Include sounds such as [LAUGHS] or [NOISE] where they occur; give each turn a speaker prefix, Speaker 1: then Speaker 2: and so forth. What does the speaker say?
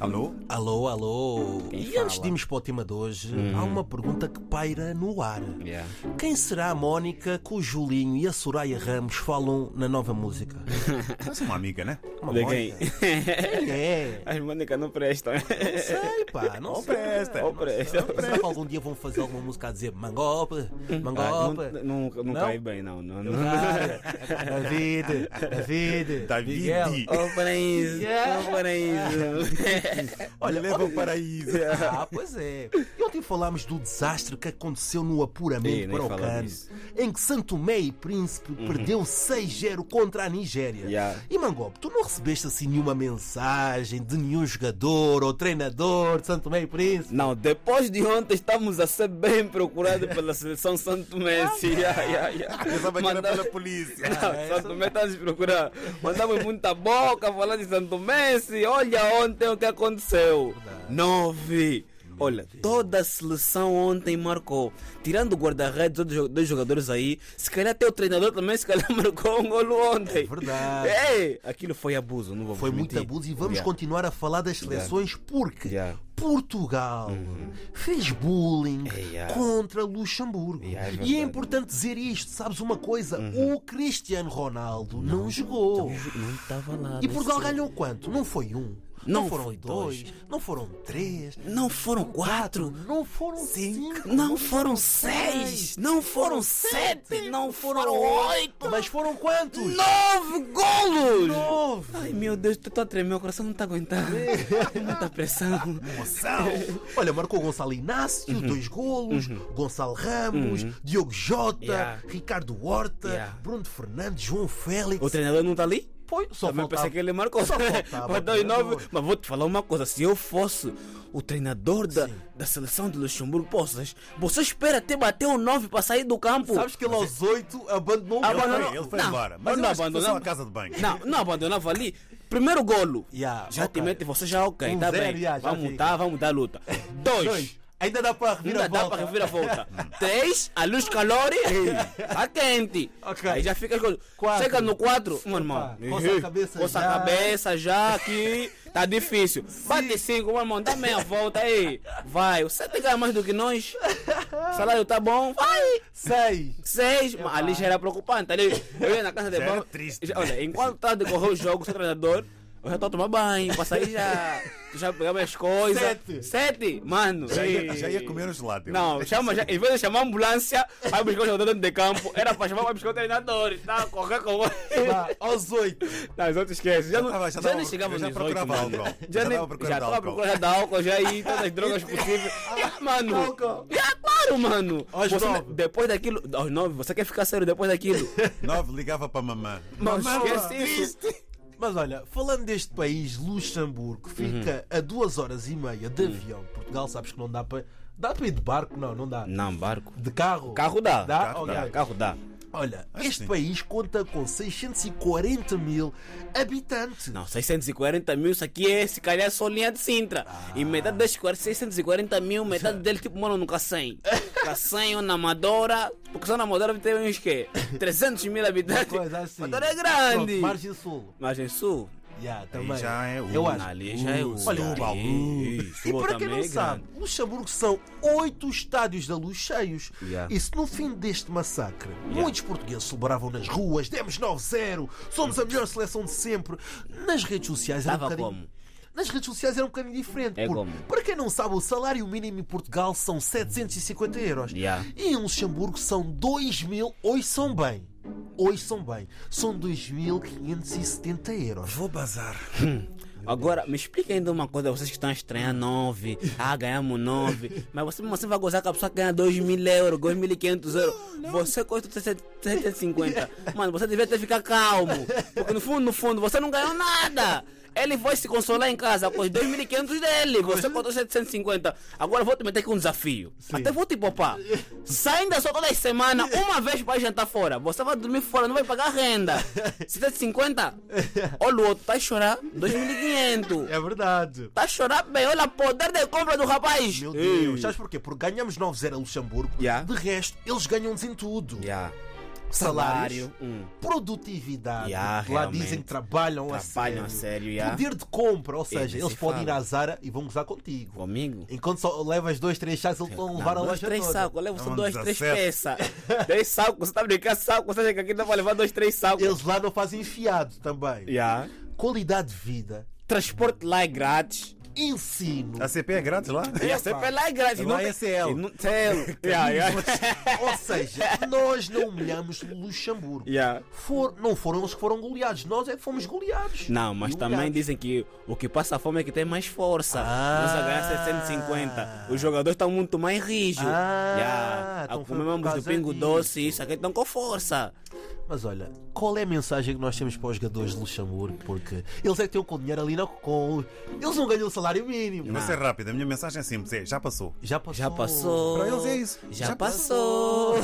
Speaker 1: Alô?
Speaker 2: Alô, alô.
Speaker 3: Quem
Speaker 2: e
Speaker 3: fala?
Speaker 2: antes de irmos para o tema de hoje, há uma pergunta que paira no ar.
Speaker 3: Yeah.
Speaker 2: Quem será a Mónica que o Julinho e a Soraya Ramos falam na nova música?
Speaker 1: Mas é uma amiga, né?
Speaker 2: Uma
Speaker 3: De quem?
Speaker 2: Mónica? Quem
Speaker 3: [LAUGHS]
Speaker 2: é?
Speaker 3: As Mônica não prestam.
Speaker 2: Não sei, pá, não
Speaker 1: Ou
Speaker 2: sei.
Speaker 1: presta.
Speaker 3: Ou prestam.
Speaker 2: Será que algum dia vão fazer alguma música a dizer mangope,
Speaker 3: Ah,
Speaker 2: mangope?
Speaker 3: não, não, não,
Speaker 2: Não?
Speaker 3: cai bem, não. não, não.
Speaker 2: Cara, David, David,
Speaker 1: David.
Speaker 2: Miguel.
Speaker 3: Oh, paraíso.
Speaker 2: Yeah.
Speaker 3: Oh, paraíso.
Speaker 1: Olha, leva o paraíso.
Speaker 2: Ah, pois é. E ontem falámos do desastre que aconteceu no apuramento
Speaker 3: Ei, nem
Speaker 2: para o
Speaker 3: fala
Speaker 2: Cano,
Speaker 3: disso. Uhum.
Speaker 2: em que Santo Tomé e Príncipe perdeu 6-0 contra a Nigéria.
Speaker 3: Yeah.
Speaker 2: E Mangope, tu não recebeste assim nenhuma mensagem de nenhum jogador ou treinador de Santo Tomé e Príncipe?
Speaker 3: [LAUGHS] Não, depois de ontem estamos a ser bem procurados pela seleção
Speaker 2: [LAUGHS]
Speaker 3: Santo Messi. Yeah, yeah, yeah.
Speaker 1: Pensava que era
Speaker 3: Mandava-
Speaker 1: pela polícia.
Speaker 3: Não,
Speaker 2: é
Speaker 3: Ah, Santo Messi está a se procurar. Mandamos muita boca falando de Santo Messi. Olha ontem o que aconteceu. Nove. Olha, toda a seleção ontem marcou. Tirando o guarda-redes, outros jo- dois jogadores aí. Se calhar até o treinador também, se calhar [LAUGHS] marcou um golo ontem.
Speaker 2: É verdade.
Speaker 3: Ei, aquilo foi abuso, não vou
Speaker 2: Foi muito
Speaker 3: mentir.
Speaker 2: abuso e vamos
Speaker 3: Yeah.
Speaker 2: continuar a falar das seleções porque
Speaker 3: Yeah. Uhum.
Speaker 2: Portugal fez bullying
Speaker 3: Yeah.
Speaker 2: contra Luxemburgo.
Speaker 3: Yeah, é
Speaker 2: e é
Speaker 3: verdade. Uhum.
Speaker 2: importante dizer isto, sabes uma coisa? O Cristiano Ronaldo não, jogou.
Speaker 3: Não estava lá.
Speaker 2: E
Speaker 3: não
Speaker 2: Portugal
Speaker 3: sei.
Speaker 2: ganhou quanto? Não foi um.
Speaker 3: Não
Speaker 2: foram
Speaker 3: foi
Speaker 2: dois,
Speaker 3: dois.
Speaker 2: não foram três,
Speaker 3: Não foram quatro.
Speaker 2: não foram cinco,
Speaker 3: Não foram seis, não foram sete, não foram oito,
Speaker 2: mas foram quantos?
Speaker 3: nove golos!
Speaker 2: Nove!
Speaker 3: Ai meu Deus, tu tá tremendo, o coração não tá aguentando.
Speaker 2: É.
Speaker 3: Muita pressão.
Speaker 2: Emoção! [LAUGHS] Olha, marcou Gonçalo Inácio,
Speaker 3: Uhum.
Speaker 2: dois golos, Gonçalo Ramos, Diogo Jota,
Speaker 3: Yeah.
Speaker 2: Ricardo Horta,
Speaker 3: Yeah.
Speaker 2: Bruno Fernandes, João Félix.
Speaker 3: O treinador não tá ali?
Speaker 2: Foi, só
Speaker 3: Também
Speaker 2: faltava.
Speaker 3: pensei que ele marcou. [LAUGHS]
Speaker 2: Só faltava
Speaker 3: Mas,
Speaker 2: o
Speaker 3: dois, nove.
Speaker 2: treinador.
Speaker 3: Mas vou te falar uma coisa: se eu fosse o treinador da, da seleção de Luxemburgo, pô, vocês, você espera até bater o nove para sair do campo.
Speaker 2: Sabes que ele aos oito abandonou o
Speaker 1: Ele
Speaker 3: é- Abandonou.
Speaker 1: foi, ele foi
Speaker 3: Não,
Speaker 1: embora. Mas
Speaker 3: não
Speaker 1: eu acho que foi só
Speaker 3: abandonamos.
Speaker 1: a casa de banho.
Speaker 3: Não, não abandonava ali. Primeiro golo.
Speaker 2: Yeah,
Speaker 3: já
Speaker 2: ok.
Speaker 3: te mete, você já ok,
Speaker 2: Um
Speaker 3: tá
Speaker 2: zero,
Speaker 3: bem.
Speaker 2: yeah, já
Speaker 3: vamos
Speaker 2: fica.
Speaker 3: mudar, vamos dar
Speaker 2: [LAUGHS]
Speaker 3: luta.
Speaker 2: dois.
Speaker 3: Dois.
Speaker 2: Ainda dá para revirar
Speaker 3: Ainda
Speaker 2: a volta.
Speaker 3: dá para
Speaker 2: [LAUGHS]
Speaker 3: revirar a volta. Três, a luz calor tá quente.
Speaker 2: Ok.
Speaker 3: Aí já fica as coisas.
Speaker 2: Quatro.
Speaker 3: Chega no quatro, meu irmão.
Speaker 2: Opa, coça a cabeça
Speaker 3: Uhum. Coça a
Speaker 2: já.
Speaker 3: cabeça já aqui. Tá difícil. Bate cinco, meu irmão, dá meia volta aí. Vai, você tem ganha mais do que nós. Salário tá bom, vai.
Speaker 2: Seis.
Speaker 3: Seis, mas ali já era preocupante. Ali, eu ia na casa de
Speaker 1: Já era
Speaker 3: banho.
Speaker 1: triste.
Speaker 3: já- olha, enquanto tá a decorrer o jogo, seu treinador, eu já estou a tomar banho, pra sair já. Já pegar minhas coisas.
Speaker 2: Sete.
Speaker 3: Sete, mano.
Speaker 1: Já ia,
Speaker 3: ei.
Speaker 1: já ia comer um gelado. eu.
Speaker 3: Não, chama, já, em vez de chamar a ambulância, vai buscar o jogador dentro de campo, era pra chamar, vai buscar o treinador, tá? Correr com
Speaker 2: Vá, aos oito.
Speaker 3: Não, os outros esquecem. Já, não,
Speaker 1: tava-
Speaker 3: já,
Speaker 1: tava-
Speaker 3: nem chegava
Speaker 1: eu já
Speaker 3: nos 18,
Speaker 1: procurava
Speaker 3: mano.
Speaker 1: álcool.
Speaker 3: Já,
Speaker 1: já
Speaker 3: nem,
Speaker 1: tava procurando
Speaker 3: já estava à
Speaker 1: álcool.
Speaker 3: procura de álcool, já aí, todas as
Speaker 2: [LAUGHS]
Speaker 3: drogas possíveis. Ah, mano,
Speaker 2: Álcool.
Speaker 3: já, claro, mano.
Speaker 2: Aos
Speaker 3: Você-
Speaker 2: nove.
Speaker 3: depois daquilo, aos nove, você quer ficar sério depois daquilo?
Speaker 1: Nove, ligava para a mamã.
Speaker 3: Não,
Speaker 2: Mamãe,
Speaker 3: esquece isso.
Speaker 2: Mas olha, falando deste país, Luxemburgo, que fica a duas horas e meia de avião. Portugal, sabes que não dá para. Dá para ir de barco? Não, não dá.
Speaker 3: Não, barco.
Speaker 2: De carro?
Speaker 3: Carro dá.
Speaker 2: Dá?
Speaker 3: Carro
Speaker 2: Ok.
Speaker 3: dá. Carro dá.
Speaker 2: Olha,
Speaker 1: Acho que
Speaker 2: este
Speaker 1: sim.
Speaker 2: país conta com 640 mil habitantes.
Speaker 3: Não, 640 mil, isso aqui é, se calhar, só linha de Sintra.
Speaker 2: Ah.
Speaker 3: E metade das 40, 640 mil, metade deles, tipo, moram
Speaker 2: [LAUGHS]
Speaker 3: no Cacém. Cacém ou na Amadora, porque só na Amadora tem uns quê? 300 mil habitantes.
Speaker 2: Coisa assim.
Speaker 3: Amadora é
Speaker 2: Pronto,
Speaker 3: grande.
Speaker 2: Margem Sul.
Speaker 3: Margem Sul.
Speaker 2: Yeah, também.
Speaker 1: Aí já é o.
Speaker 2: Eu acho.
Speaker 3: Ali já é o
Speaker 2: Olha,
Speaker 3: Sul.
Speaker 2: Uba,
Speaker 3: Ei,
Speaker 2: E
Speaker 3: Sul
Speaker 2: para quem
Speaker 3: também
Speaker 2: não
Speaker 3: é
Speaker 2: sabe,
Speaker 3: grande.
Speaker 2: Luxemburgo são oito estádios da luz cheios.
Speaker 3: Yeah.
Speaker 2: E se no fim deste massacre muitos portugueses celebravam nas ruas, demos 9-0, somos a melhor seleção de sempre, nas redes sociais era um
Speaker 3: Tava
Speaker 2: bocadinho...
Speaker 3: como?
Speaker 2: Nas redes sociais era um bocadinho diferente.
Speaker 3: É
Speaker 2: porque,
Speaker 3: como?
Speaker 2: Para quem não sabe, o salário mínimo em Portugal são 750 euros.
Speaker 3: Yeah.
Speaker 2: E em Luxemburgo são 2 mil, hoje são bem. Hoje são bem. São 2.570 euros.
Speaker 1: Vou bazar.
Speaker 3: Agora, me explica ainda uma coisa, vocês que estão estranhando 9, ah, ganhamos 9, mas você, você vai gozar com a pessoa que ganha 2 mil euros, 2.500 euros, você custa 750. Mano, você devia ter ficar calmo, porque no fundo, no fundo, você não ganhou nada. Ele vai se consolar em casa com os 2.500 dele, você contou 750. Agora eu vou te meter aqui um desafio, até vou te poupar. Saindo só toda
Speaker 2: [LAUGHS]
Speaker 3: semana, uma vez para jantar fora, você vai dormir fora, não vai pagar renda.
Speaker 2: [LAUGHS]
Speaker 3: 750, olha o outro, tá a chorar, 2.500.
Speaker 2: É verdade.
Speaker 3: Tá a chorar bem, olha o poder de compra do rapaz.
Speaker 2: Meu Deus, sabes porquê? Porque ganhamos 9-0 a Luxemburgo,
Speaker 3: Yeah.
Speaker 2: de resto, eles ganham-nos em tudo.
Speaker 3: Yeah.
Speaker 2: salários,
Speaker 3: Salário. hum.
Speaker 2: produtividade.
Speaker 3: Yeah,
Speaker 2: lá
Speaker 3: realmente.
Speaker 2: dizem que trabalham,
Speaker 3: Trabalham a
Speaker 2: a sério.
Speaker 3: sério, já.
Speaker 2: Poder de compra, ou seja,
Speaker 3: nem
Speaker 2: eles
Speaker 3: se
Speaker 2: podem ir
Speaker 3: fala.
Speaker 2: à Zara e vão gozar contigo.
Speaker 3: Comigo?
Speaker 2: Enquanto só levas dois, três sacos, eles vão levar a
Speaker 3: Não, dois,
Speaker 2: loja
Speaker 3: três
Speaker 2: toda.
Speaker 3: sacos, eu levo só
Speaker 1: Não,
Speaker 3: dois, três
Speaker 1: 17.
Speaker 3: peças. Dez sacos, você tá brincando saco, você acha que aqui não vai levar dois, três sacos?
Speaker 2: Eles lá não fazem fiado também.
Speaker 3: Já.
Speaker 2: Qualidade de vida,
Speaker 3: Transporte lá é grátis.
Speaker 2: ensino.
Speaker 3: [LAUGHS]
Speaker 1: A CP é grátis lá?
Speaker 3: E a CP lá é grátis.
Speaker 1: Lá
Speaker 3: não
Speaker 1: é
Speaker 3: tem-
Speaker 1: CL.
Speaker 3: e Não tem. Já, já. [LAUGHS]
Speaker 2: Ou seja, nós não humilhamos Luxemburgo.
Speaker 3: Já.
Speaker 2: For- não foram eles que foram goleados, nós é que fomos goleados.
Speaker 3: Não, mas
Speaker 2: E
Speaker 3: também
Speaker 2: humilhados.
Speaker 3: dizem que o que passa fome é que tem mais força.
Speaker 2: Ah.
Speaker 3: Nós a ganhar 750. Os jogadores estão muito mais rijos.
Speaker 2: Ah, então
Speaker 3: A
Speaker 2: foi
Speaker 3: comer
Speaker 2: por
Speaker 3: mambos do
Speaker 2: causa
Speaker 3: pingo
Speaker 2: disso.
Speaker 3: doce, isso aqui estão com força.
Speaker 2: Mas olha, qual é a mensagem que nós temos para os jogadores de Luxemburgo? Porque eles é que têm com o dinheiro ali na com Eles não ganham o salário mínimo.
Speaker 1: Eu vou ser rápido, a minha mensagem é simples: é, já passou.
Speaker 2: Já passou.
Speaker 3: Já passou.
Speaker 1: Para eles é isso.
Speaker 3: Já,
Speaker 1: Já
Speaker 3: passou.